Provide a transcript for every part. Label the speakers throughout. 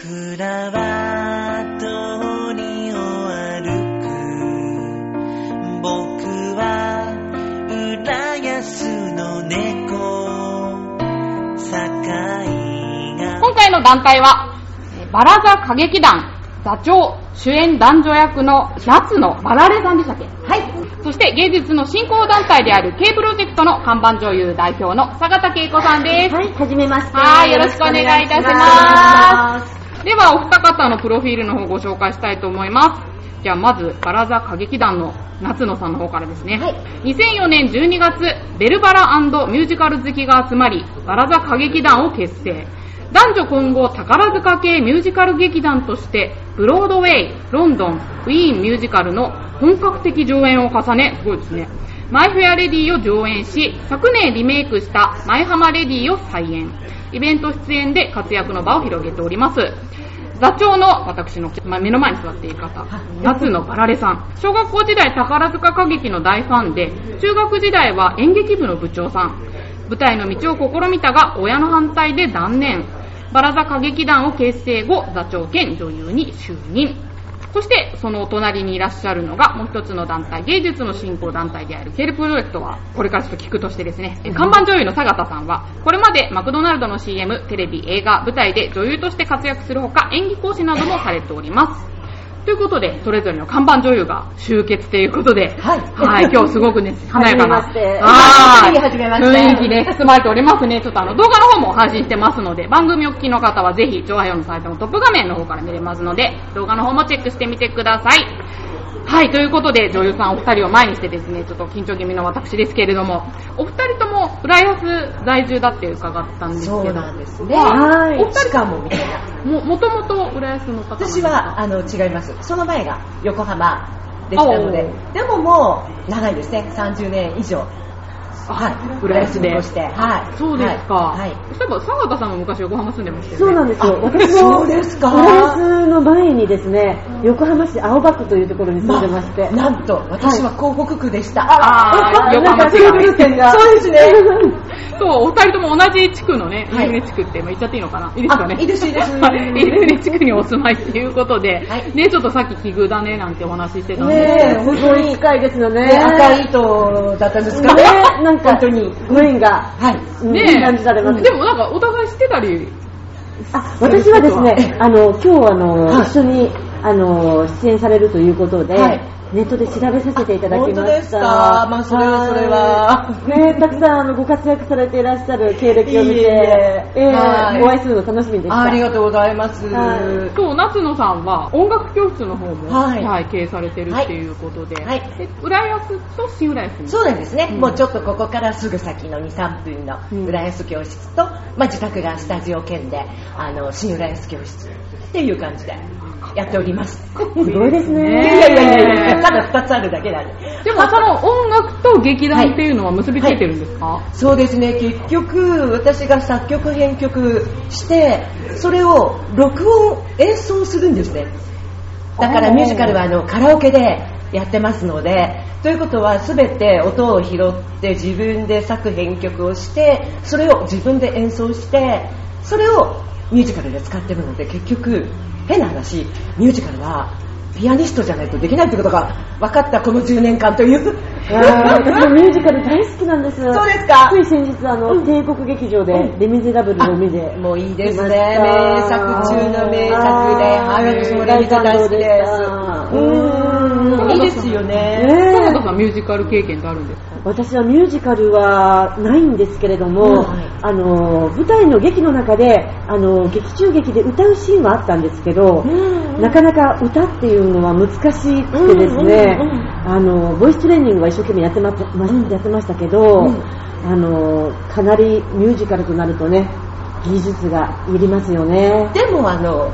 Speaker 1: フラワー通りを歩く僕は浦安の猫堺が
Speaker 2: 今回の団体は、えーバラザ歌劇団座長主演男女役の夏のバラレさんでしたっけはい。そして芸術の振興団体である K プロジェクトの看板女優代表の坂田恵子さんです。
Speaker 3: はい、はじめまして。。
Speaker 2: はいよろしくお願いいたしますでは、お二方のプロフィールの方をご紹介したいと思います。じゃあ、まず、バラザ歌劇団の夏野さんの方からですね。
Speaker 3: はい
Speaker 2: 2004年12月、ベルバラミュージカル好きが集まり、バラザ歌劇団を結成。男女混合宝塚系ミュージカル劇団として、ブロードウェイ、ロンドン、ウィーンミュージカルの本格的上演を重ね、すごいですね。マイフェアレディを上演し、昨年リメイクしたマイハマレディを再演。イベント出演で活躍の場を広げております。座長の私の、まあ目の前に座っている方、夏野バラレさん。小学校時代宝塚歌劇の大ファンで、中学時代は演劇部の部長さん。舞台の道を試みたが、親の反対で断念。バラザ歌劇団を結成後、座長兼女優に就任。そして、そのお隣にいらっしゃるのが、もう一つの団体、芸術の振興団体であるケールプロジェクトは、これからちょっと聞くとしてですね、え看板女優の坂田さんは、これまでマクドナルドの CM、テレビ、映画、舞台で女優として活躍するほか、演技講師などもされております。ということで、それぞれの看板女優が集結ということで、
Speaker 3: はい
Speaker 2: 今日すごくね、華やかな、
Speaker 3: はじめまして
Speaker 2: はい
Speaker 3: はじめまして
Speaker 2: 雰囲気ね、包まれておりますね。ちょっとあの、動画の方も配信してますので、番組をお聞きの方はぜひ、上波用のサイトのトップ画面の方から見れますので、動画の方もチェックしてみてください。はい、ということで、女優さんお二人を前にしてですね、ちょっと緊張気味の私ですけれども、お二人とも、浦安在住だって伺ったんですけど、
Speaker 4: そうなんですね。
Speaker 2: はいお二人
Speaker 4: しかもみたいな。
Speaker 2: も、もともと浦安の方なんです
Speaker 4: 私
Speaker 2: か
Speaker 4: は、あの、違います。その前が横浜でしたので
Speaker 2: お、
Speaker 4: でももう、長いですね。30年以上。はい。
Speaker 2: 浦安で
Speaker 4: 過ごして。はい。
Speaker 2: そうですか。
Speaker 4: はい。はい
Speaker 2: そういえば、坂田さんも昔横浜住んでましたよね。
Speaker 3: そうなんですよ。
Speaker 4: あ
Speaker 3: 私
Speaker 4: そ
Speaker 3: も、
Speaker 4: うですか
Speaker 3: 浦安の前にですね、横浜市青葉区というところに住んでまして。
Speaker 4: ななんと、私は広告区でした。
Speaker 2: あー横
Speaker 3: な
Speaker 2: 浜
Speaker 3: んか
Speaker 2: 市
Speaker 3: テーブル店が。
Speaker 4: そうですね。
Speaker 2: そう、お二人とも同じ地区のね、
Speaker 4: はい
Speaker 2: イルネ地区って、まあ、言っちゃっていいのかないいですかね
Speaker 4: あいいですいいです
Speaker 2: はいイルネ地区にお住まいっていうことで、
Speaker 4: はい
Speaker 2: ね、ちょっとさっき奇遇だねなんてお話ししてたんで、
Speaker 4: ねえ
Speaker 3: すごい近いですよね。
Speaker 4: ね赤い糸だったんですか
Speaker 3: ね
Speaker 4: ね。
Speaker 3: なんか、本当に、ご縁が、
Speaker 4: はい。
Speaker 3: うん
Speaker 2: ね
Speaker 3: いい感じされます
Speaker 2: で。もなんかお互いしてたり、
Speaker 3: あ、私はですね、あの、今日あ
Speaker 4: は
Speaker 3: の、
Speaker 4: い
Speaker 3: 一緒に、あの、出演されるということで
Speaker 4: はい、
Speaker 3: ネットで調べさせていただ
Speaker 4: あ本
Speaker 3: きました。
Speaker 4: 当ですかまあそれはそれはい
Speaker 3: ねたくさんあのご活躍されていらっしゃる経歴を見て、
Speaker 4: いえいえ
Speaker 3: ええ
Speaker 4: はい
Speaker 3: お会いするの楽しみでした。
Speaker 4: ありがとうございます。
Speaker 3: はい
Speaker 2: そう、夏野さんは音楽教室の方も、は、
Speaker 4: はいい
Speaker 2: 経営されてるっていうことで、
Speaker 4: はい
Speaker 2: で浦安と新浦安に
Speaker 4: そうなんですね、
Speaker 2: うん
Speaker 4: もうちょっとここからすぐ先の2、3分の浦安教室と、まあ、自宅がスタジオ兼であの新浦安教室っていう感じでやっております。
Speaker 3: すごいです
Speaker 2: い
Speaker 4: い
Speaker 3: ね。
Speaker 2: ね
Speaker 4: やいやいやいやただ2つあるだけなんで。
Speaker 2: でもその音楽と劇団っていうのは結びついてるんですか、
Speaker 4: そうですね結局私が作曲編曲してそれを録音演奏するんですねだか
Speaker 2: あ
Speaker 4: ら
Speaker 2: ー
Speaker 4: ミュージカルはあのカラオケでやってますのでということは全て音を拾って自分で作編曲をしてそれを自分で演奏してそれをミュージカルで使ってるので結局変な話ミュージカルはピアニストじゃないとできないってことが分かったこの10年間という
Speaker 3: いやー私もミュージカル大好きなんです。
Speaker 4: そうですか
Speaker 3: つい先日、あの、帝国劇場で、レミゼラブルを見て、
Speaker 4: もういいですね。
Speaker 3: 出ま
Speaker 4: 名
Speaker 3: し
Speaker 4: 作
Speaker 3: た
Speaker 4: 中の名作で、
Speaker 3: あ
Speaker 4: はい、
Speaker 3: ー
Speaker 4: 私もレミゼ大好きで
Speaker 3: 大
Speaker 4: す。
Speaker 3: 感動でした
Speaker 4: うーん、いいですよね。
Speaker 3: ね
Speaker 2: 坂
Speaker 3: え
Speaker 2: 田さんミュージカル経験ってあるんですか
Speaker 3: 私はミュージカルはないんですけれども、
Speaker 4: はい
Speaker 3: あの舞台の劇の中であの劇中劇で歌うシーンはあったんですけど、
Speaker 4: うんうん
Speaker 3: なかなか歌っていうのは難しくてですね、
Speaker 4: うんうんうん
Speaker 3: あのボイストレーニングは一生懸命やってままやってましたけど、
Speaker 4: うん
Speaker 3: あのかなりミュージカルとなるとね技術がいりますよね
Speaker 4: でも、あの、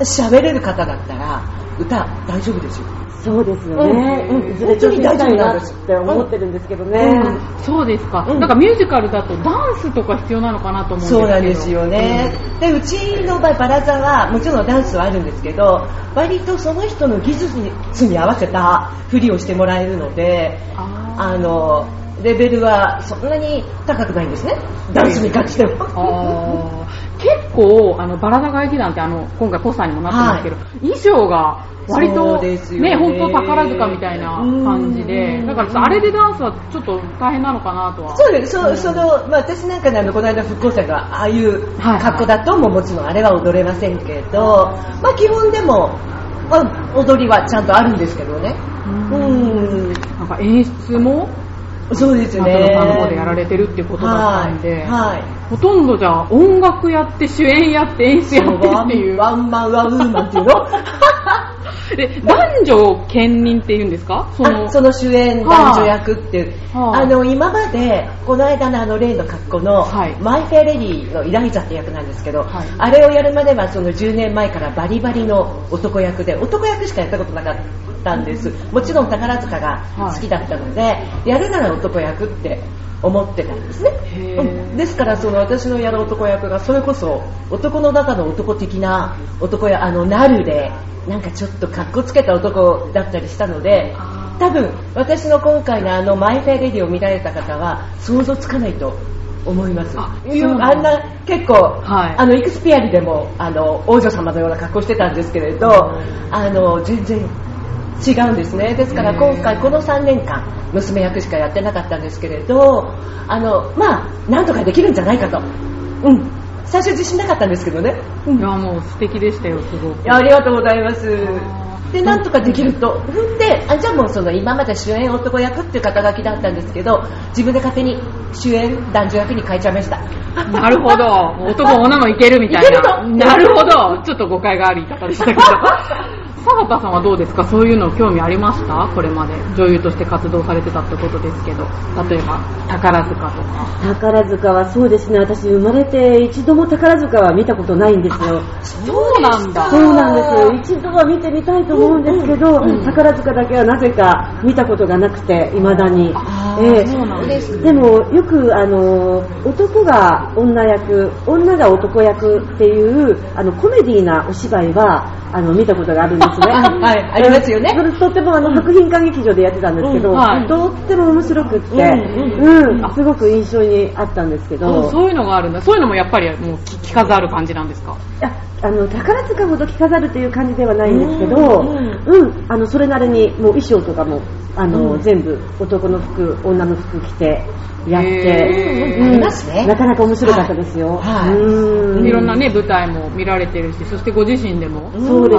Speaker 4: 喋れる方だったら、歌大丈夫ですよ。
Speaker 3: そうですよね、
Speaker 4: うんうん
Speaker 3: いずれ挑戦したいなって思ってるんですけどね、
Speaker 4: うん
Speaker 2: そうですか、
Speaker 4: うん
Speaker 2: なんかミュージカルだとダンスとか必要なのかなと思うんですけど
Speaker 4: そうなんですよね。で、うちの場合、バラ座は、もちろんダンスはあるんですけど、割とその人の技術に合わせた振りをしてもらえるので、
Speaker 2: あ
Speaker 4: あの、レベルはそんなに高くないんですね。ダンスに関しては。
Speaker 2: ーあー結構、あの、バラザ歌劇団ってあの、今回ポスターにもなってますけど、衣装が割
Speaker 4: そう
Speaker 2: と、
Speaker 4: です
Speaker 2: ね
Speaker 4: よね
Speaker 2: 本当宝塚みたいな感じで、
Speaker 4: うん
Speaker 2: だからちょっとあれでダンスはちょっと大変なのかなとは。
Speaker 4: そうです、そそのまあ、私なんかねあのこの間復興祭のああいう
Speaker 2: はい
Speaker 4: 格好だともうもちろんあれは踊れませんけど、まあ、基本でも、まあ、踊りはちゃんとあるんですけどねうん
Speaker 2: なんか演出も、
Speaker 4: そうです
Speaker 2: なんとの
Speaker 4: ね
Speaker 2: さんの方でやられてるっていうことだったんで、
Speaker 4: はい、はい
Speaker 2: ほとんどじゃあ音楽やって主演やって演出やって
Speaker 4: ワ
Speaker 2: ってい
Speaker 4: ン
Speaker 2: う。
Speaker 4: ワンマンワンウーマンっていうの
Speaker 2: で、男女兼任っていうんですかその
Speaker 4: あその主演男女役っていう、
Speaker 2: はあ
Speaker 4: あの今までこの間のあの例の格好の、
Speaker 2: はい
Speaker 4: マイ・フェアレディのイライザって役なんですけど、
Speaker 2: はい
Speaker 4: あれをやるまではその10年前からバリバリの男役で男役しかやったことなかったんですもちろん宝塚が好きだったので、やるなら男役って思ってたんですね、
Speaker 2: へー
Speaker 4: うんですからその私のやる男役がそれこそ男の中の男的な男やあのなるでなんかちょっと格好つけた男だったりしたので
Speaker 2: あー
Speaker 4: 多分私の今回のあのマイ・フェア・レディを見られた方は想像つかないと思います
Speaker 2: あ
Speaker 4: いう
Speaker 2: そうな
Speaker 4: あ
Speaker 2: ん
Speaker 4: ん
Speaker 2: だ
Speaker 4: な結構、
Speaker 2: はい
Speaker 4: あのイクスピアリでもあの王女様のような格好してたんですけれど、あの全然違うんですねですから
Speaker 2: へー
Speaker 4: 今回この3年間娘役しかやってなかったんですけれどあのまあなんとかできるんじゃないかと、うん、最初自信なかったんですけどね、うん
Speaker 2: いや、もう素敵でしたよ、すごく。
Speaker 4: いやありがとうございます
Speaker 2: あー
Speaker 4: でなんとかできると踏んであじゃあもうその今まで主演男役っていう肩書きだったんですけど自分で勝手に主演男女役に変えちゃいました
Speaker 2: なるほど。男も女もいけるみたい
Speaker 4: いける
Speaker 2: な。
Speaker 4: と
Speaker 2: なるほど。ちょっと誤解がある言い方でしたけど。 坂田さんはどうですかそういうの興味ありましたこれまで。女優として活動されてたってことですけど。例えば、宝塚とか。
Speaker 3: 宝塚はそうですね、私生まれて一度も宝塚は見たことないんですよ。
Speaker 2: そうなんだ。
Speaker 3: そうなんです。一度は見てみたいと思うんですけど、宝塚だけはなぜか見たことがなくて、未だに。
Speaker 2: あ
Speaker 3: ええ
Speaker 2: そうなんです。
Speaker 3: でもよくあの男が女役、女が男役っていうあのコメディーなお芝居はあの見たことがあるんですね。
Speaker 4: はいありますよね
Speaker 3: それとってもあの作品館劇場でやってたんですけど、
Speaker 2: うんはい
Speaker 3: とっても面白くって、う
Speaker 4: うん
Speaker 3: んすごく印象にあったんですけ
Speaker 2: そう
Speaker 3: ど、
Speaker 2: そういうのがあるんだ。そういうのもやっぱりもう着着飾る感じなんですか
Speaker 3: いやあの宝塚ほど着飾るという感じではないんですけど、
Speaker 4: う
Speaker 3: うんんあのそれなりにもう衣装とかもあの、
Speaker 4: うん
Speaker 3: 全部男の服、女の服着てやっ
Speaker 2: へ
Speaker 3: て、
Speaker 2: ー
Speaker 4: ありますね
Speaker 3: なかなか面白かったですよ。
Speaker 4: はいはい
Speaker 3: うん
Speaker 2: いろんなね、舞台も見られてるし、そしてご自身でも、
Speaker 3: そうですね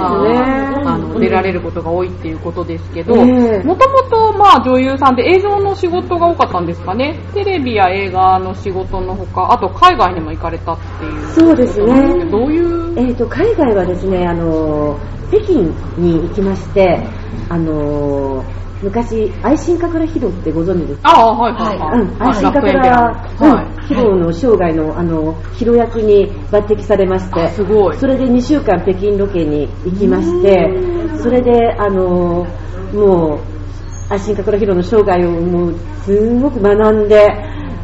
Speaker 2: まああ
Speaker 4: う
Speaker 2: の、
Speaker 4: ん
Speaker 2: 出られることが多いっていうことですけど、
Speaker 3: ええ
Speaker 2: もともと、まあ、女優さんで映像の仕事が多かったんですかね。テレビや映画の仕事のほか、あと海外にも行かれたっていう。
Speaker 3: そうですね
Speaker 2: どういう、
Speaker 3: えー、と海外はですねあの北京に行きましてあの昔愛新覚羅広ってご存知ですか
Speaker 2: ああ、はいはい
Speaker 3: うん
Speaker 2: はい。
Speaker 3: 愛
Speaker 2: はい
Speaker 3: 新覚
Speaker 2: 楽園で
Speaker 3: 羅
Speaker 2: はい。
Speaker 3: 広の生涯のあの広役に抜擢されまし
Speaker 2: あ
Speaker 3: て
Speaker 2: すごい
Speaker 3: それで2週間北京ロケに行きましてそれであのもう愛新覚羅広の生涯をもうすごく学んで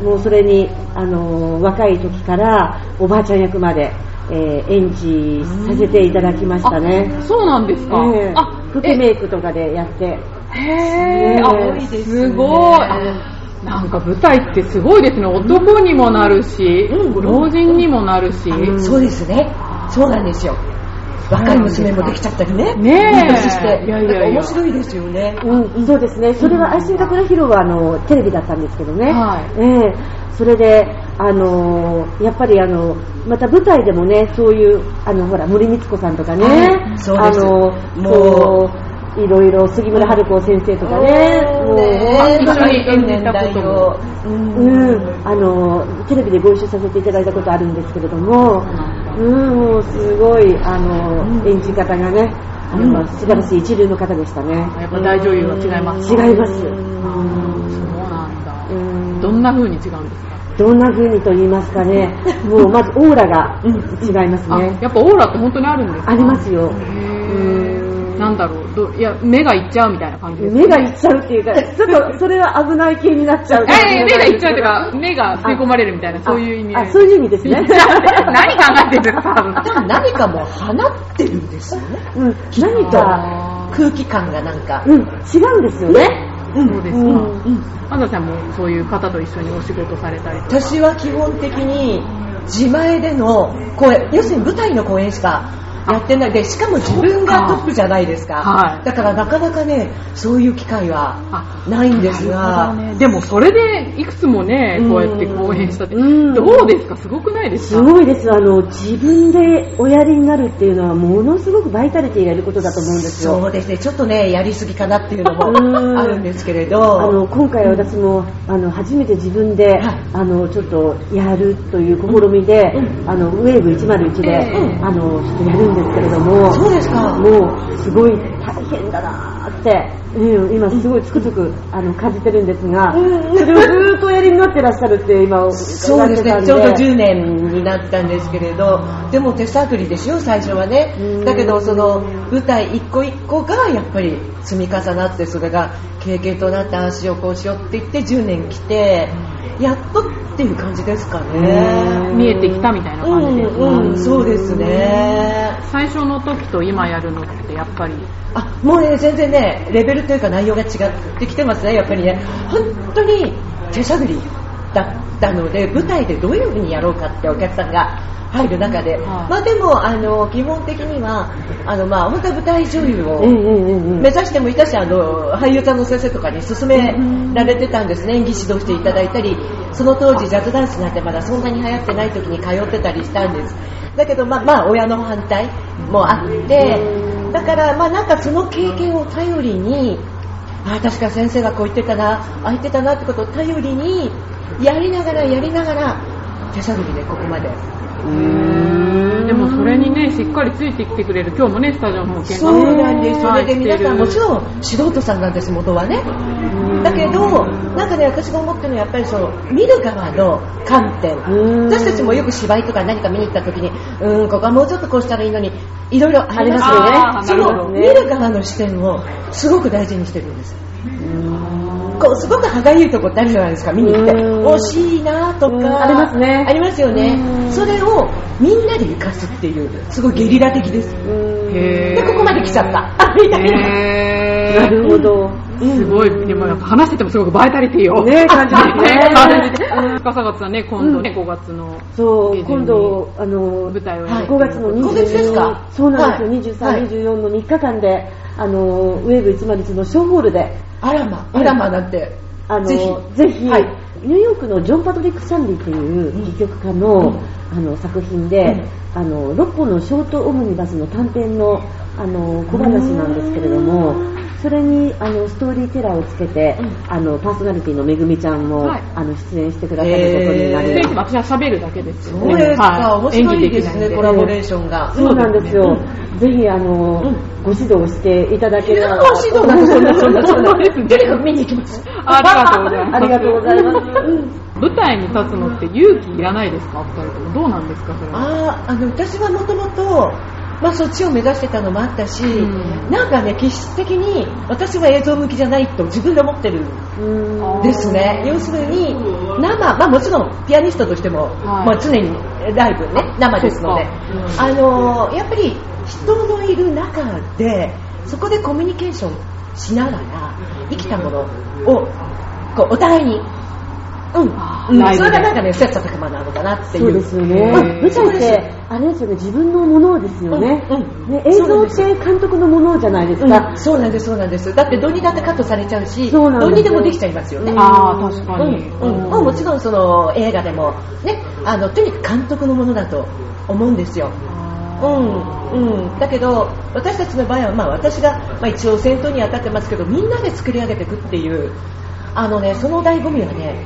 Speaker 3: もうそれにあの若い時からおばあちゃん役まで、えー演じさせていただきましたね。
Speaker 2: あそうなんですか。
Speaker 3: ええ
Speaker 2: あ、
Speaker 3: 服
Speaker 2: え
Speaker 3: メイクとかでやって
Speaker 2: へー、
Speaker 3: ね
Speaker 2: あ、すごい。なんか舞台ってすごいですね。男にもなるし、老人にもなるし。
Speaker 4: そうですね。そうなんですよ。若い娘もできちゃったりね。
Speaker 2: ねえ
Speaker 4: いい年して。
Speaker 2: いや
Speaker 4: な
Speaker 2: いやいや
Speaker 4: んか面白いですよね。
Speaker 3: うん、そうですね、それは愛新覚羅広はあのテレビだったんですけどね、
Speaker 2: はい
Speaker 3: ええそれで、あのーやっぱりあのまた舞台でもね、そういう、あのほら、森光子さんとかね、
Speaker 4: はいそうです
Speaker 3: あの
Speaker 4: もう
Speaker 3: こういろいろ杉村春子先生とかね、もう
Speaker 2: あ
Speaker 4: ねえ
Speaker 2: 一緒に演じたことも
Speaker 4: うん
Speaker 3: うん、あのテレビでご一緒させていただいたことあるんですけれども、うん、もうすごいあの、演じ方がね、あの素晴らしい一流の方でしたね。
Speaker 2: やっぱ大女優は違います。
Speaker 3: 違います。
Speaker 2: そうなんだ。
Speaker 3: うん
Speaker 2: どんな風に違うんですか、
Speaker 3: どんな風にと言います かね、もうまずオーラが違います
Speaker 2: あ、
Speaker 3: ね。
Speaker 2: やっぱオーラって本当にあるんですか
Speaker 3: ありますよ。
Speaker 2: へー。なんだろうど、いや、目がいっちゃうみたいな感じですか
Speaker 3: 目がいっちゃうっていうか、ちょっとそれは危ない系になっちゃう。
Speaker 2: えー目がいっちゃうっていうか、目が吸い込まれるみたいな、そういう意味
Speaker 3: あ、そういう意味です
Speaker 2: い っ
Speaker 3: ね
Speaker 2: ち。ゃうって何考えてるんですか、多分
Speaker 4: でも何かもう放ってるんですよね。
Speaker 3: うん、何か、
Speaker 2: あー
Speaker 4: 空気感がなんか。
Speaker 3: うん、違うんですよね。
Speaker 2: そうですか。
Speaker 3: うん
Speaker 2: 安田さんもそういう方と一緒にお仕事されたりとか。
Speaker 4: 私は基本的に自前での公演要するに舞台の公演しかやってないでしかも自分がトップじゃないですか、
Speaker 2: はい
Speaker 4: だからなかなかねそういう機会は
Speaker 2: あ
Speaker 4: ないんです
Speaker 2: なる
Speaker 4: が、
Speaker 2: ほどねでもそれでいくつもね
Speaker 4: うん
Speaker 2: こうやって公演したって
Speaker 3: うん
Speaker 2: どうですかすごくないです
Speaker 3: す
Speaker 2: か
Speaker 3: ごいですあの自分でおやりになるっていうのはものすごくバイタリティがいることだと思うんですよ
Speaker 4: そうですねちょっとねやりすぎかなっていうの
Speaker 3: うん
Speaker 4: もあるんですけれ
Speaker 3: あの
Speaker 4: ど
Speaker 3: 今回私もあの初めて自分で、
Speaker 4: はい
Speaker 3: あのちょっとやるという試みで、あのウェーブ101で、
Speaker 2: ええ
Speaker 3: あのちょっとやるんですけれども
Speaker 4: そうですか
Speaker 3: もうすごい大変だなーって、うん、今すごいつくづくあの感じてるんですが、それをずーっとおやりになってらっしゃるって今伺って
Speaker 4: そうです
Speaker 3: たん
Speaker 4: ね、ちょうど10年になったんですけれど、でも手探りでしょ、最初はね
Speaker 3: うん。
Speaker 4: だけど、その舞台一個一個がやっぱり積み重なって、それが経験となって、ああしよう、こうしようって言って10年来て、やっとっていう感じですか
Speaker 3: うん
Speaker 4: ね。
Speaker 2: 見えてきたみたいな
Speaker 4: う
Speaker 2: 感じですか
Speaker 4: ん、うん、そうですね。
Speaker 2: 最初の時と今やるのってやっぱり
Speaker 4: あもうね全然ねレベルというか内容が違ってきてますねやっぱりね本当に手探りだったので舞台でどういうふうにやろうかってお客さんが入る中で、
Speaker 2: はい
Speaker 4: まあでもあの基本的にはあのまあ本当は舞台女優
Speaker 3: うん
Speaker 4: を
Speaker 3: うんうんうん
Speaker 4: 目指してもいたしあの俳優さんの先生とかに勧められてたんですね演技指導していただいたりその当時ジャズダンスなんてまだそんなに流行ってない時に通ってたりしたんですだけどまあまあ親の反対もあってだからまあなんかその経験を頼りにああ確か先生がこう言ってたなああ言ってたなってことを頼りにやりながらやりながら手探りでここまで
Speaker 2: でもそれにねしっかりついてきてくれる今日もねスタジオの保険
Speaker 4: そうなんです。それで皆さんもち
Speaker 2: ん
Speaker 4: ろん素人さんなんです、元はね。だけど、なんかね、私が思ってるのはやっぱりそう、見る側の観点。
Speaker 3: うん
Speaker 4: 私たちもよく芝居とか何か見に行った時に、うーん、ここはもうちょっとこうしたらいいのに、いろいろありますよね。
Speaker 2: あー
Speaker 4: そ
Speaker 2: なる
Speaker 4: の
Speaker 2: ほど
Speaker 4: 見
Speaker 2: ね
Speaker 4: る側の視点をすごく大事にしてるんです。こうすごく歯がゆいとこってあるじゃないですか見に来て
Speaker 3: うん
Speaker 4: 惜しいなと
Speaker 3: うん
Speaker 4: か
Speaker 3: ありますね
Speaker 4: ありますよ
Speaker 3: う
Speaker 4: ね
Speaker 3: ん
Speaker 4: それをみんなで生かすっていうすごいゲリラ的です
Speaker 2: へ
Speaker 4: でここまで来ちゃったあみたいな
Speaker 2: へ
Speaker 3: なるほど、
Speaker 2: ーすごいでもやっぱ話しててもすごくバイタリティ を
Speaker 3: ね感じますね
Speaker 2: 感じて笠松さんね今度ね5月の
Speaker 3: そう
Speaker 2: 劇場に
Speaker 3: 今度あの
Speaker 2: 舞台をや
Speaker 4: は
Speaker 2: る
Speaker 4: い
Speaker 3: 5月の
Speaker 4: 今月ですか
Speaker 3: 22そうなんですよ、
Speaker 4: はい
Speaker 3: 23、24の3日間で、あのウェーブ101のショーホールで、
Speaker 4: あらまあらまなんて
Speaker 3: あの
Speaker 4: ぜひ
Speaker 3: ぜひ
Speaker 4: はい
Speaker 3: ニューヨークのジョン・パトリック・シャンリーという戯曲家の,、
Speaker 4: うん
Speaker 3: あの作品で、
Speaker 4: うん
Speaker 3: あの6本のショートオムニバスの短編のあの小話なんですけれども。それにあのストーリーテラーをつけて、
Speaker 4: うん
Speaker 3: あのパーソナリティのめぐみちゃんも、
Speaker 2: はい
Speaker 3: あの出演してくださることになり
Speaker 4: へ
Speaker 3: ま
Speaker 4: ー
Speaker 3: し
Speaker 2: 選手
Speaker 3: た
Speaker 2: 私は喋るだけですよ
Speaker 4: そうですか
Speaker 2: は
Speaker 4: 面
Speaker 2: い演技
Speaker 4: 白い
Speaker 2: で
Speaker 4: で
Speaker 2: きな
Speaker 4: す
Speaker 2: いん
Speaker 4: ね
Speaker 2: で
Speaker 4: コラボレーションが
Speaker 3: そうなんですよ。ぜひ、あ
Speaker 4: う
Speaker 3: の、
Speaker 4: ん
Speaker 3: ご指導していただけ
Speaker 4: い
Speaker 3: れば
Speaker 4: や
Speaker 3: なと。
Speaker 4: 欲しいとこなんてそんなそんなそんな
Speaker 2: そうですね
Speaker 4: とにかく見に行きます
Speaker 2: ありがとうございます
Speaker 3: ありがとうございます。
Speaker 2: 舞台に立つのって勇気いらないですかお二人ともどうなんですかそれは
Speaker 4: あーあの私はもともと、まあ、そっちを目指してたのもあったし、
Speaker 2: うん
Speaker 4: なんかね気質的に私は映像向きじゃないと自分で思ってるん
Speaker 3: うん
Speaker 2: あー
Speaker 4: ですね要するに生、まあ、もちろんピアニストとしても、
Speaker 2: はい
Speaker 4: まあ、常にライブね生ですので、
Speaker 2: そっか
Speaker 4: あのーやっぱり人のいる中でそこでコミュニケーションしながら生きたものをこうお互いに。うん、
Speaker 2: あ
Speaker 4: うん
Speaker 2: ライ
Speaker 4: そ
Speaker 2: ブで
Speaker 4: れがなんかね、切磋琢磨なのかなっていう。
Speaker 3: そうですよね。
Speaker 2: うん
Speaker 3: 舞
Speaker 4: そう
Speaker 3: 台っ
Speaker 4: で
Speaker 3: て
Speaker 4: す、
Speaker 3: あれですよね、自分のものですよね。
Speaker 4: うんうん
Speaker 3: ね映像っ
Speaker 4: そう
Speaker 3: て監督のものじゃないですか
Speaker 4: うん。そうなんです、そうなんです。だってどうにだってカットされちゃうし、
Speaker 3: そう
Speaker 4: ど
Speaker 3: なんで
Speaker 4: う
Speaker 3: す
Speaker 4: にでもできちゃいますよね。
Speaker 2: あー確
Speaker 4: う
Speaker 2: か
Speaker 4: ん、
Speaker 2: に、
Speaker 4: うん、もうもちろんその映画でも、ね、あの、とにかく監督のものだと思うんですよ。うん、うん。だけど、私たちの場合は、まあ私が、まあ一応先頭に当たってますけど、みんなで作り上げていくっていう、あのね、その醍醐味はね、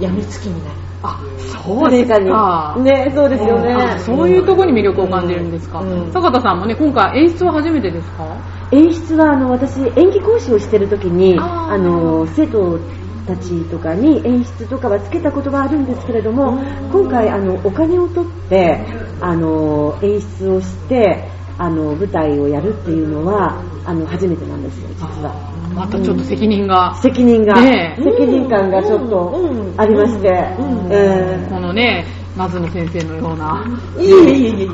Speaker 4: やみつきになる。
Speaker 2: あそうです
Speaker 3: 確
Speaker 2: か
Speaker 3: かに。ね、そうですよ
Speaker 2: あ
Speaker 3: ね。
Speaker 2: そういうところに魅力を感じるんですか、
Speaker 4: うん
Speaker 2: 坂田さんもね今回演出は初めてですか
Speaker 3: 演出はあの私演技講師をしてる時に
Speaker 2: あ
Speaker 3: あ
Speaker 2: ー
Speaker 3: の生徒たちとかに演出とかはつけたことはあるんですけれども今回あのお金を取ってあの演出をしてあの舞台をやるっていうのはあの初めてなんですよ実は
Speaker 2: またちょっと責任が、
Speaker 3: 責任が、
Speaker 2: ねえ
Speaker 3: 責任感がちょっ
Speaker 4: うん
Speaker 3: とありまして、
Speaker 4: うん
Speaker 3: え
Speaker 2: このね夏野先生のような
Speaker 4: うんいえいえいえいえ。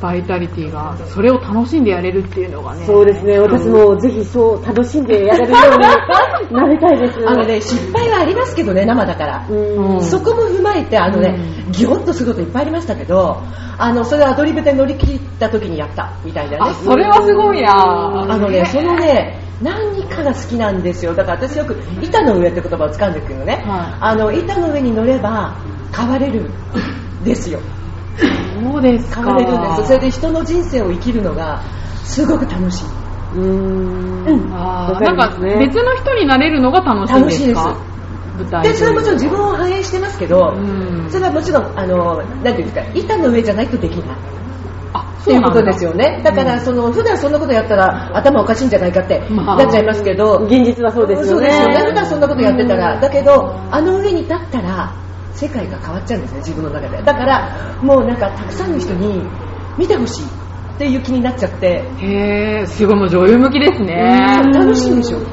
Speaker 2: バイタリティがそれを楽しんでやれるっていうのがね
Speaker 3: そうですね、私もぜひそう楽しんでやれるようになりたいです。
Speaker 4: あのね、失敗はありますけどね、生だから。
Speaker 3: うん、
Speaker 4: そこも踏まえて、あのね、ギョッとすることいっぱいありましたけど、あの、それアドリブで乗り切った時にやった、みたいなね。
Speaker 2: あそれはすごいな
Speaker 4: あのね、そのね、何かが好きなんですよ。だから私よく板の上って言葉を掴んでくるのね。
Speaker 2: は
Speaker 4: あの、板の上に乗れば変われるんですよ。
Speaker 2: そうですか
Speaker 4: 変われるんです。それで人の人生を生きるのがすごく楽しい。
Speaker 3: うん
Speaker 4: うん
Speaker 2: あー
Speaker 3: わか
Speaker 2: な
Speaker 3: り
Speaker 2: ん
Speaker 3: ます
Speaker 2: か
Speaker 3: ね
Speaker 2: 別の人になれるのが楽しいんですか
Speaker 4: 楽
Speaker 2: 舞台
Speaker 4: で、それはもちろん自分を反映してますけど、
Speaker 2: うん
Speaker 4: それはもちろん、あの、なんていうんですか、板の上じゃないとできない。
Speaker 2: あ
Speaker 4: そういうことですよね。だから、
Speaker 2: うん
Speaker 4: その、普段そんなことやったら頭おかしいんじゃないかって、
Speaker 2: まあ
Speaker 4: なっちゃいますけど、
Speaker 3: 現実はそうですよね。
Speaker 4: 普段そんなことやってたら、だけど、あの上に立ったら、世界が変わっちゃうんですね、自分の中で。だから、もうなんか、たくさんの人に見てほしいっていう気になっちゃって、
Speaker 2: へえすごいもう女優向きですね
Speaker 4: 楽しいんでしょ。だ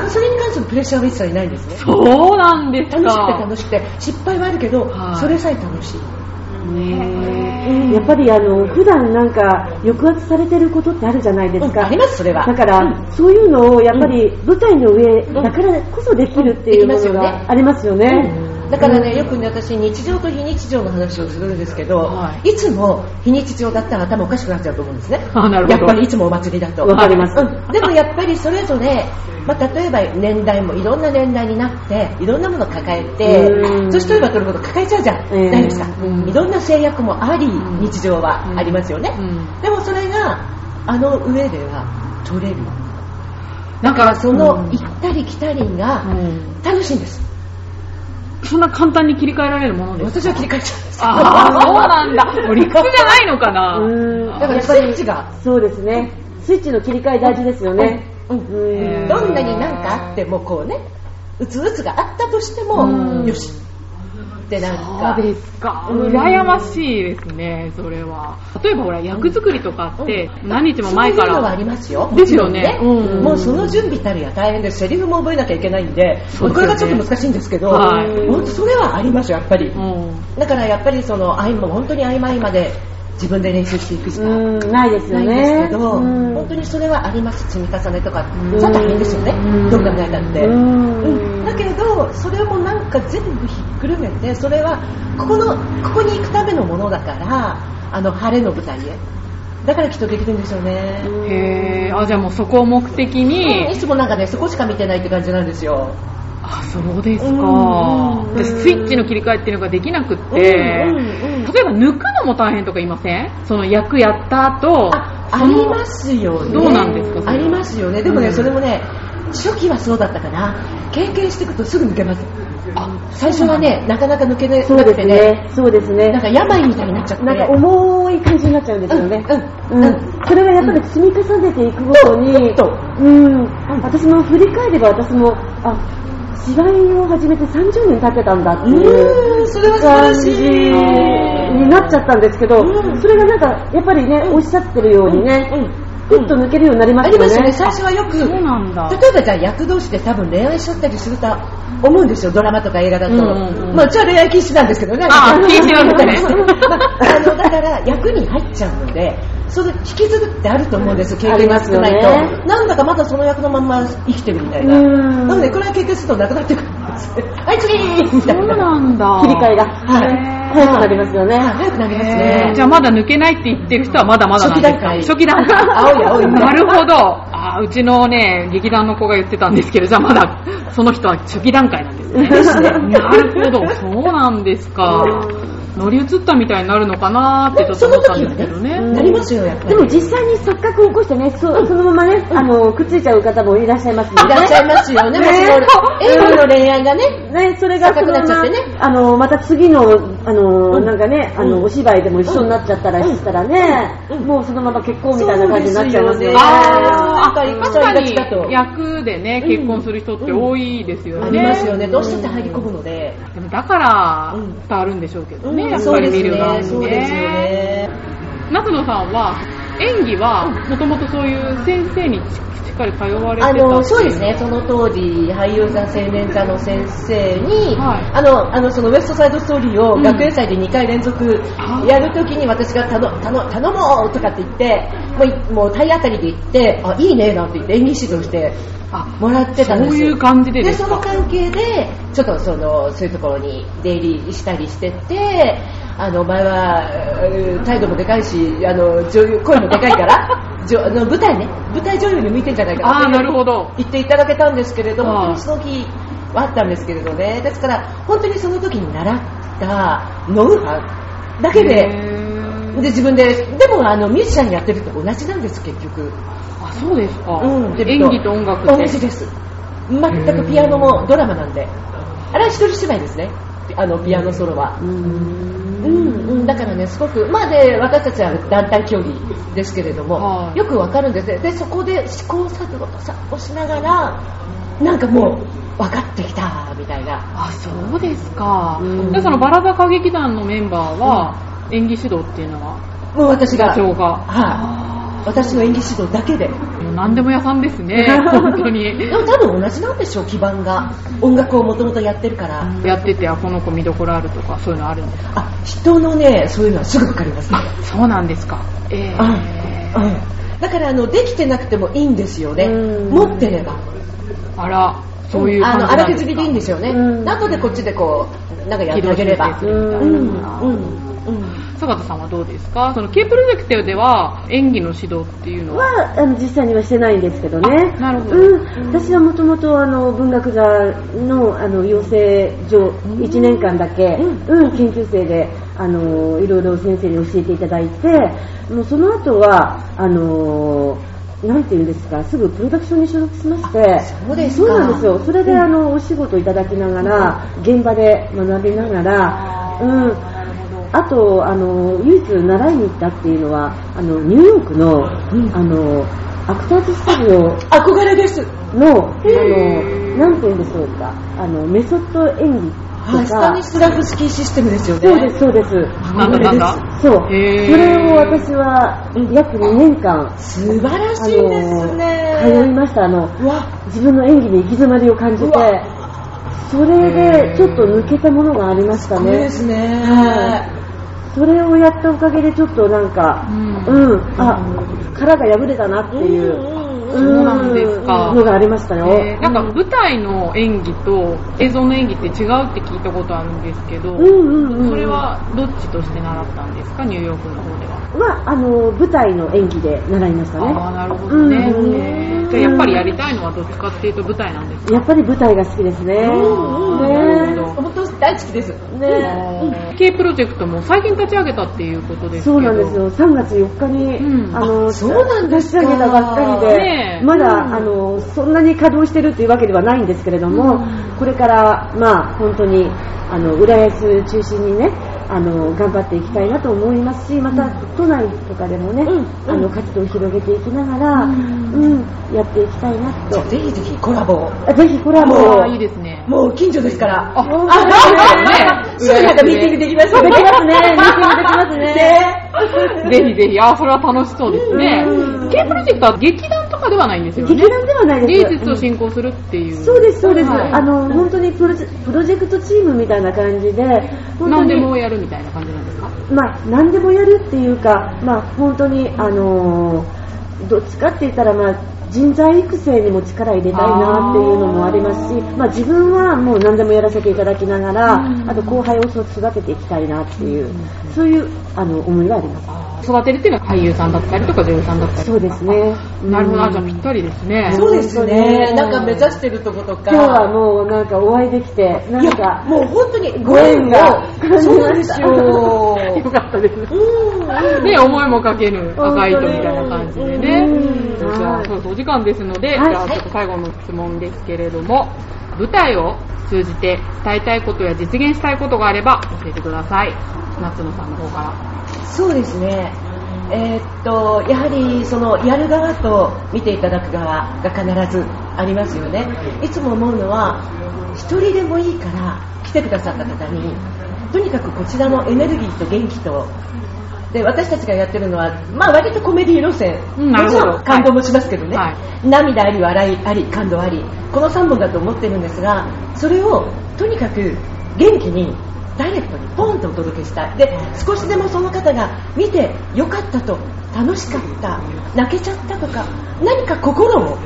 Speaker 4: から、それに関するプレッシャーは一切ないんですね。
Speaker 2: そうなんですか
Speaker 4: 楽しくて楽しくて、失敗はあるけど
Speaker 2: はい、
Speaker 4: それさえ楽しい。
Speaker 2: ね
Speaker 3: やっぱりあの普段なんか抑圧されてることってあるじゃないです
Speaker 4: うん
Speaker 3: か。
Speaker 4: ありますそれは
Speaker 3: だから、そういうのをやっぱり舞台の上だからこそできるっていうものがありますよね。
Speaker 4: だからね、よくね、私、日常と非日常の話をするんですけど、、
Speaker 2: はい
Speaker 4: つも非日常だったら頭おかしくなっちゃうと思うんですね。
Speaker 2: あなるほど
Speaker 4: やっぱりいつもお祭りだと。
Speaker 3: わかります
Speaker 4: うんでもやっぱりそれぞれ、まあ、例えば年代もいろんな年代になって、いろんなものを抱え
Speaker 3: うん
Speaker 4: て、そして例えば取ること抱えちゃうじゃん、
Speaker 3: うん
Speaker 4: ないですか、
Speaker 2: うん
Speaker 4: いろんな制約もあり、
Speaker 2: ん
Speaker 4: 日常はありますよね。
Speaker 2: うん
Speaker 4: でもそれが、あの上では取れる。
Speaker 2: なんか
Speaker 4: その
Speaker 2: うん
Speaker 4: 行ったり来たりが
Speaker 2: うん
Speaker 4: 楽しいんです。
Speaker 2: そんな簡単に切り替えられるものです
Speaker 4: 私は切り替えちゃうんです。
Speaker 2: ああそうなんだもう理屈じゃないのかな
Speaker 3: うんだ
Speaker 4: だからスイッチが
Speaker 3: そうですね。スイッチの切り替え大事ですよね。
Speaker 4: うん
Speaker 3: うん
Speaker 4: どんなになんかあってもこうねうつうつがあったとして
Speaker 2: うん
Speaker 4: もよしってなんか
Speaker 2: そうですか。羨ましいですね、それは。例えばほら、役作りとかって、何日も前か
Speaker 4: そういうのはあ
Speaker 2: ら。
Speaker 4: りますよ
Speaker 2: ですよ
Speaker 4: も
Speaker 2: ね
Speaker 4: ちろん
Speaker 2: うん
Speaker 4: もうその準備たるや大変でセリフも覚えなきゃいけないんで
Speaker 2: そうですよね
Speaker 4: これがちょっと難しいんですけど
Speaker 2: はい
Speaker 4: 本当それはありますよやっぱり
Speaker 2: うん
Speaker 4: だからやっぱりその合間本当に合間合間で自分で練習していくしかない
Speaker 3: うんないですよね。
Speaker 4: ですけど
Speaker 3: うん
Speaker 4: 本当にそれはあります積み重ねとか
Speaker 3: ん
Speaker 4: それは大変ですよねどう考えたって
Speaker 3: うん
Speaker 4: うんだけどそれもなんか全部ひっくるめてそれはここのここに行くためのものだからあの晴れの舞台へだからきっとできるんでしょうね、
Speaker 2: へえ、あ、じゃあもうそこを目的
Speaker 4: うんい
Speaker 2: に、
Speaker 4: つもなんかねそこしか見てないって感じなんですよ
Speaker 2: あ、そうです
Speaker 4: うん
Speaker 2: か。私、スイッチの切り替えっていうのができなくって、
Speaker 4: うんうんうん
Speaker 2: 例えば抜くのも大変とか言いませんその役やった後、
Speaker 4: あ
Speaker 2: そ
Speaker 4: あ
Speaker 2: の
Speaker 4: りますよね
Speaker 2: どうなんですかそれ
Speaker 4: ありますよねでもね、
Speaker 2: うん
Speaker 4: それもね初期はそうだったかな経験していくとすぐ抜けます
Speaker 2: あ
Speaker 4: 最初はねなかなか抜けな
Speaker 3: そう
Speaker 4: く
Speaker 3: です
Speaker 4: てね
Speaker 3: ね。そうですね。
Speaker 4: なんか病みたいになっちゃって
Speaker 3: なんか重い感じになっちゃうんですよね。
Speaker 4: うんうん
Speaker 3: それがやっぱり積み重ねていくごとに、
Speaker 4: と
Speaker 3: うん、私も振り返れば私も、あ、芝居を始めて30年経ってたんだっていう
Speaker 4: ーんそれは素晴
Speaker 3: 感
Speaker 4: らし
Speaker 3: じ
Speaker 4: い
Speaker 3: になっちゃったんですけ
Speaker 4: う
Speaker 3: ど、
Speaker 4: ん
Speaker 3: それがなんかやっぱりね、おっしゃってるようにね、ぐ、っと抜けるようになりま
Speaker 4: あ
Speaker 3: し
Speaker 4: り
Speaker 3: た
Speaker 4: ま
Speaker 3: よ
Speaker 4: すよ
Speaker 3: ね。
Speaker 4: ね最初はよく
Speaker 2: そうなんだ。
Speaker 4: 例えばじゃあ役同士で多分恋愛しちゃったりすると思うんですよドラマとか映画だと、
Speaker 2: うんうんうん
Speaker 4: まあうちは恋愛禁止なんですけどね
Speaker 2: あ禁止なんですね
Speaker 4: まあ あのだから役に入っちゃうのでその引きずるってあると思うんです経験が少ないと、
Speaker 3: ありますよね
Speaker 4: なんだかまだその役のまんま生きてるみたいな、
Speaker 3: うん
Speaker 4: なのでこれは経験するとなくなってくるんですねはい次みたい
Speaker 2: そう
Speaker 4: な
Speaker 2: なんだ。
Speaker 3: 切り替えが、
Speaker 4: はい
Speaker 3: 早くなりますよね。
Speaker 4: 早くなります
Speaker 2: え
Speaker 4: ね
Speaker 2: ーじゃあまだ抜けないって言ってる人はまだまだなんですか
Speaker 4: 初
Speaker 2: 初
Speaker 4: 期
Speaker 2: 期
Speaker 4: 段
Speaker 2: 段
Speaker 4: 階
Speaker 2: 階。
Speaker 4: 青い青い
Speaker 2: なるほど。あーうちのね、劇団の子が言ってたんですけど、じゃあまだその人は初期段階なんですね。
Speaker 4: ですね
Speaker 2: なるほど。そうなんですか。乗り移ったみたいになるのかなーってちょっと
Speaker 4: その
Speaker 2: 思ったん
Speaker 4: 時
Speaker 2: で
Speaker 4: は
Speaker 2: すけ
Speaker 4: ね
Speaker 2: どね。
Speaker 4: なりますよやっぱり
Speaker 3: でも実際に錯覚を起こしてね、そそのままね、あの、くっついちゃう方もいらっしゃいますの
Speaker 4: いらっしゃいますよ ね、も
Speaker 3: ね
Speaker 4: し
Speaker 3: うん
Speaker 4: 英語の恋愛がね、
Speaker 3: ね、それがその
Speaker 4: 高く
Speaker 3: ま
Speaker 4: なっちゃっ
Speaker 3: ま、
Speaker 4: てね
Speaker 3: あの、また次の、あの、なんかね、あ
Speaker 4: う
Speaker 3: の、
Speaker 4: ん
Speaker 3: お芝居でも一緒になっちゃった
Speaker 4: う
Speaker 3: ら
Speaker 4: ん
Speaker 3: したらね、
Speaker 4: うん
Speaker 3: もうそのまま結婚みたいな感じになっちゃいますよね。
Speaker 4: そういう人がいがち
Speaker 2: あー確かに
Speaker 4: だと
Speaker 2: 役でね、結婚する人って多いですよね。
Speaker 4: ありますよね、どうしてって入り込むので。
Speaker 2: でもだから、
Speaker 4: うん
Speaker 2: いっぱいあるんでしょうけどね、
Speaker 4: うん
Speaker 2: やっ
Speaker 4: そ
Speaker 2: ぱ
Speaker 4: うで
Speaker 2: り
Speaker 4: す
Speaker 2: 見る側
Speaker 4: ね、
Speaker 2: に
Speaker 4: そうですよね。
Speaker 2: 夏野さんは演技はもともとそういう先生にしっかり通われてた
Speaker 4: あ
Speaker 2: っていう
Speaker 4: のそうですね、その当時、俳優座青年座の先生に、
Speaker 2: はい
Speaker 4: あのあのそのウエストサイドストーリーを
Speaker 2: うん
Speaker 4: 学園祭で2回連続やるときに、私が頼頼頼もうとかって言って、もういもう体当たりで言って、あいいねなんて言って、演技指導して
Speaker 2: あ
Speaker 4: もらってたんです
Speaker 2: そういう感じで
Speaker 4: で
Speaker 2: です
Speaker 4: そ
Speaker 2: か
Speaker 4: の関係で、ちょっとそのそういうところに出入りしたりしてて、あの前はえー態度もでかいし、あの女優声もでかい から、じょあの舞台ね、舞台女優に向いてんじゃないかな
Speaker 2: ああなるほど
Speaker 4: 言っていただけたんですけれども、
Speaker 2: はい
Speaker 4: 本当にその日はあったんですけれどね、ですから、本当にその時に習ったノウハウだけ
Speaker 2: へ
Speaker 4: で、
Speaker 2: ー
Speaker 4: で自分で、でもあのミュージシャンやってると同じなんです、結局。
Speaker 2: あそうですか、
Speaker 4: うん
Speaker 2: 演技と音楽って
Speaker 4: 同じです。全くピアノもドラマなんで、あれは一人芝居ですね、あのピアノソロは。うんうん、だからね、すごく、まあで、私たちは団体競技ですけれども、
Speaker 2: はい
Speaker 4: よくわかるんですね、でそこで試行錯誤をしながら、なんかもう、分かってきたみたいな、
Speaker 2: あそうですか、
Speaker 4: うん
Speaker 2: でそのバラザ歌劇団のメンバーは、演技指導っていうのは
Speaker 4: もう私が、
Speaker 2: 社長が、
Speaker 4: はい、私の演技指導だけで、
Speaker 2: もう何でも屋さんで すね本当に
Speaker 4: でも多分同じなんでしょう、基盤が、音楽をもともとやってるから、
Speaker 2: やっててあこの子見どころあるとかそういうのあるんですか
Speaker 4: あ人のね、そういうのはすぐ分かりますね。
Speaker 2: そうなんですかええ
Speaker 4: うんうんだからあのできてなくてもいいんですよね、
Speaker 3: うん
Speaker 4: 持ってれば。
Speaker 2: あらそういう
Speaker 4: あ
Speaker 2: 感じ
Speaker 4: の
Speaker 2: なん
Speaker 4: 荒
Speaker 2: で
Speaker 4: 削
Speaker 2: す
Speaker 4: りでいいんですよね、
Speaker 3: うん
Speaker 4: 後でこっちでこうなんかやってあげれば
Speaker 2: 軌道修正す
Speaker 4: う
Speaker 2: る
Speaker 4: ん
Speaker 2: み
Speaker 4: う
Speaker 2: たい
Speaker 4: ん
Speaker 2: な
Speaker 4: うん
Speaker 2: 坂田さんはどうですかその K プロジェクトでは演技の指導っていうのは
Speaker 3: はあの実際にはしてないんですけどね
Speaker 2: あなるほど
Speaker 3: うん、私はもともとあの文学座のあの養成所1年間だけ、うん研究生であのいろいろ先生に教えていただいてもうその後はあのなんて言うんですかすぐプロダクションに所属しまして
Speaker 4: そうですか
Speaker 3: そうなんですよそれであの、お仕事いただきながら現場で学びながら、うん、あとあの唯一習いに行ったっていうのはあのニューヨークの,、あのアクターズスタジオ
Speaker 4: 憧れです
Speaker 3: のあのなんて言うんでしょうかあのメソッド演技
Speaker 4: はい
Speaker 3: と
Speaker 4: スタ
Speaker 3: か
Speaker 4: ニスラフスキーシステムですよね
Speaker 3: そうですそうです
Speaker 2: なんだなんだ
Speaker 3: そうそ
Speaker 2: へー
Speaker 3: れを私は約2年間
Speaker 4: 素晴ら
Speaker 3: あ
Speaker 4: しいですね
Speaker 3: の通いましたあの
Speaker 4: うわ
Speaker 3: 自分の演技に行き詰まりを感じて
Speaker 4: うわ
Speaker 3: それでちょっと抜けたものがありました
Speaker 4: そう
Speaker 3: ね
Speaker 4: ですね、
Speaker 3: それをやったおかげでちょっとなんか、
Speaker 2: うん
Speaker 3: うん、あ、殻が破れたなっていう、
Speaker 4: うん
Speaker 2: そうなんですか
Speaker 3: うんのがありましたよ。
Speaker 2: えーなんか舞台の演技と映像の演技って違うって聞いたことあるんですけど、
Speaker 3: うんうんうん。
Speaker 2: それはどっちとして習ったんですかニューヨークの方では
Speaker 3: は、あの、舞台の演技で習いました
Speaker 2: ああ
Speaker 3: ね。
Speaker 2: なるほどね、
Speaker 3: うん
Speaker 2: えーじゃあやっぱりやりたいのはどっちかっていうと舞台なんです
Speaker 3: やっぱり舞台が好きですね。
Speaker 4: うんうん
Speaker 2: なる
Speaker 3: ね
Speaker 2: ほど
Speaker 4: 本当大好きです
Speaker 3: ね
Speaker 2: ね K プロジェクトも最近立ち上げたっていうことですけど
Speaker 3: そうなんですよ。3月4日に、
Speaker 2: うん
Speaker 3: あの、
Speaker 4: そうなんですか
Speaker 3: 立ち上げたばっかりで、
Speaker 2: ねえ
Speaker 3: まだ、あの、そんなに稼働してるっていうわけではないんですけれども、これから、まあ、本当に、あの、浦安中心にね、あの、頑張っていきたいなと思いますし、また、都内とかでもね、
Speaker 4: うん
Speaker 3: あの、活動を広げていきながら、うん、やっていきたいなと。
Speaker 4: ぜひぜひコラボを
Speaker 3: あぜひコラボ
Speaker 2: あ
Speaker 3: を
Speaker 2: あいいですね
Speaker 4: もう近所ですから
Speaker 2: あ
Speaker 3: 本当ですね
Speaker 4: あねすぐなんかミーティングできますよ
Speaker 3: で
Speaker 4: ね
Speaker 3: きますね、ミーティングできますね。
Speaker 4: ね
Speaker 2: ぜひぜひああそれは楽しそうですね
Speaker 3: うん
Speaker 2: K プロジェクトは劇団とかではないんですよ
Speaker 3: 劇
Speaker 2: ね
Speaker 3: 団ではないです。
Speaker 2: 芸術を進行するっていう、
Speaker 3: そうです、そうです。
Speaker 2: はい
Speaker 3: あの、本当にプロジェプロジェクトチームみたいな感じで、本当
Speaker 2: 何で
Speaker 3: に、
Speaker 2: もやるみたいな感じなんですか
Speaker 3: まあ、何でもやるっていうか、まあ、本当に、あのーどっちかって言ったら、まあ、人材育成にも力入れたいなっていうのもありますし、まあ、自分はもう何でもやらせていただきながら、あと後輩をそう育てていきたいなっていう、そういう、あの、思いはあります。
Speaker 2: 育てるっていうのは俳優さんだったりとか女優さんだったりとか
Speaker 3: そうですね
Speaker 2: あなるほど
Speaker 3: うん
Speaker 2: あじゃあぴったりですね
Speaker 4: そうですね
Speaker 3: う。ん
Speaker 4: なんか目指してるとことか。
Speaker 3: 今日はもうなんかお会いできて、なん
Speaker 4: いや
Speaker 3: か、
Speaker 4: もう本当に
Speaker 3: ご縁が
Speaker 4: そうなんですよ。
Speaker 2: よかったです
Speaker 4: うん
Speaker 2: ね、思いもかけぬ赤い糸みたいな感じでね
Speaker 3: うん。
Speaker 2: じゃ
Speaker 3: は
Speaker 2: あ、
Speaker 3: い
Speaker 2: そうそう、お時間ですので、
Speaker 3: はい
Speaker 2: じゃあ、ちょっと最後の質問ですけれども、舞台を通じて伝えたいことや実現したいことがあれば教えてください。夏野さんの方か
Speaker 4: そうですね。えーっとやはりそのやる側と見ていただく側が必ずありますよね。いつも思うのは一人でもいいから来てくださった方にとにかくこちらのエネルギーと元気とで私たちがやってるのは、まあ、割とコメディ路線、
Speaker 2: うんなる
Speaker 4: もち
Speaker 2: ほど
Speaker 4: ろん感動もしますけどね、
Speaker 2: はい
Speaker 4: 涙あり笑いあり感動ありこの3本だと思ってるんですがそれをとにかく元気にダイレクトにポンとお届けしたいで少しでもその方が見てよかったと楽しかった泣けちゃったとか何か心を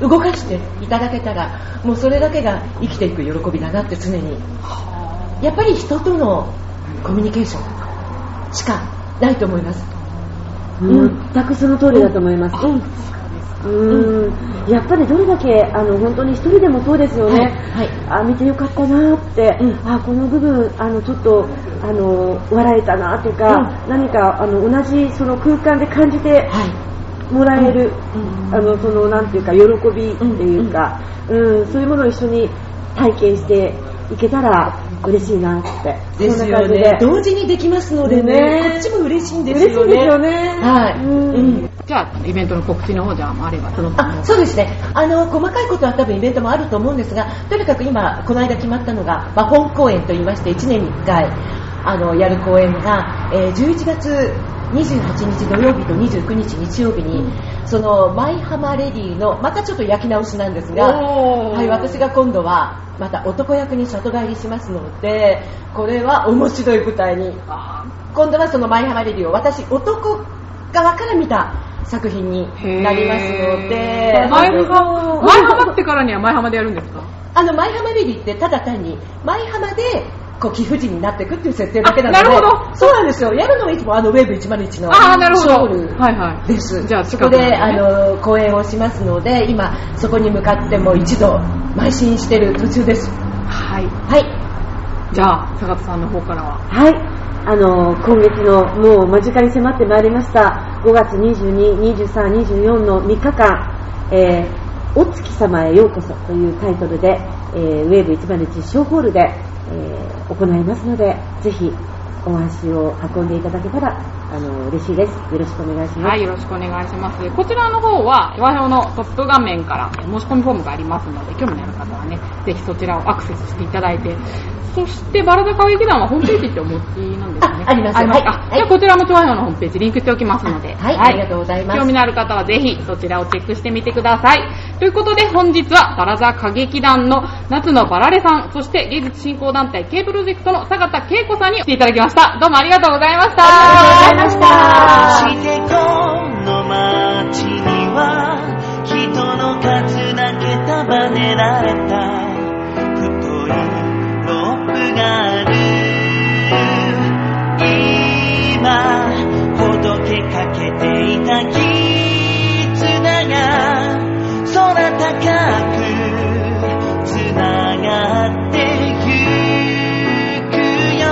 Speaker 4: 動かしていただけたらもうそれだけが生きていく喜びだなって常にやっぱり人とのコミュニケーションしかないと思いますうん
Speaker 3: 全くその通りだと思います。うんうんやっぱりどれだけあの本当に一人でもそうですよね、
Speaker 4: はい
Speaker 3: あ見てよかったなって、
Speaker 4: うん
Speaker 3: あこの部分あのちょっとあの笑えたなとか、何かあの同じその空間で感じて
Speaker 4: は
Speaker 3: もらえる、
Speaker 4: うんうん
Speaker 3: あのそのなんていうか喜びっていうか、うんそういうものを一緒に体験していけたら嬉しいなって
Speaker 4: いですよ
Speaker 3: そんな
Speaker 4: ね
Speaker 3: 感じ
Speaker 4: 同時にできますのでね
Speaker 3: ね
Speaker 4: こっちも嬉しいんで
Speaker 3: 嬉
Speaker 4: す
Speaker 3: しいで
Speaker 4: よ
Speaker 3: す
Speaker 4: ね
Speaker 3: よね
Speaker 4: はい、
Speaker 3: うん
Speaker 4: うん
Speaker 2: じゃあ、イベントの告知の方じゃあ、あれば、その
Speaker 4: あそうですねあの細かいことは多分イベントもあると思うんですがとにかく今この間決まったのが、まあ、本公演といいまして1年に1回あのやる公演が、えー11月28日土曜日と29日日曜日に、その舞浜レディのまたちょっと焼き直しなんですが、
Speaker 2: おー
Speaker 4: はい、私が今度はまた男役に里帰りしますのでこれは面白い舞台に
Speaker 2: あ
Speaker 4: 今度はその「舞浜レディ」を私男側から見た作品に
Speaker 2: ー
Speaker 4: なりますの
Speaker 2: へ
Speaker 4: で
Speaker 2: ー前浜、前浜ってからには前浜でやるんですか
Speaker 4: あの舞浜レディってただ単に舞浜でこう貴婦人になっていくっていう設定だけなので
Speaker 2: あなるほど
Speaker 4: そうなんですよやるのはいつもあのウェーブ101の
Speaker 2: ああ、なるほ
Speaker 4: シ
Speaker 2: ど。
Speaker 4: ョール
Speaker 2: はいはい。
Speaker 4: です
Speaker 2: じゃあ、
Speaker 4: そ
Speaker 2: 近
Speaker 4: こ
Speaker 2: くな
Speaker 4: で、
Speaker 2: んね
Speaker 4: あの公演をしますので今そこに向かってもう一度邁進してる途中です
Speaker 2: はい。
Speaker 4: はい。
Speaker 2: じゃあ、坂田さんの方からは。
Speaker 3: はい。あの、今月のもう間近に迫ってまいりました。5月22、23、24の3日間、えーお月様へようこそというタイトルで、えーウェーブ101小ホールで、えー行いますので、ぜひお足を運んでいただけたら、あの、嬉しいです。よろしくお願いします。
Speaker 2: はい、よろしくお願いします。こちらの方は、和表のトップ画面から申し込みフォームがありますので、興味のある方はね、ぜひそちらをアクセスしていただいて、そして、バラザ歌劇団はホームページってお持ちなんですよね
Speaker 4: ああります
Speaker 2: か
Speaker 4: はい
Speaker 2: あじゃあ、こちらも和表のホームページリンクしておきますので、
Speaker 4: はいありがとうございます
Speaker 2: 興味のある方はぜひ、そちらをチェックしてみてください。ということで、本日は、バラザ歌劇団の夏のバラレさん、そして芸術振興団体 K プロジェクトの坂田恵子さんに来ていただきました。どうもありがとうございました。
Speaker 4: ありがとうございました
Speaker 1: してこの街には人の数だけ束ねられた太いロープがある今ほどけかけていた絆が空高くつながってゆくよ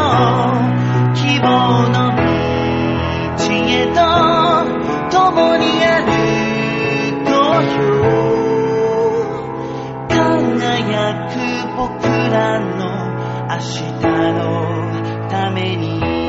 Speaker 1: 希望の道知恵と共に歩こうよ輝く僕らの明日のために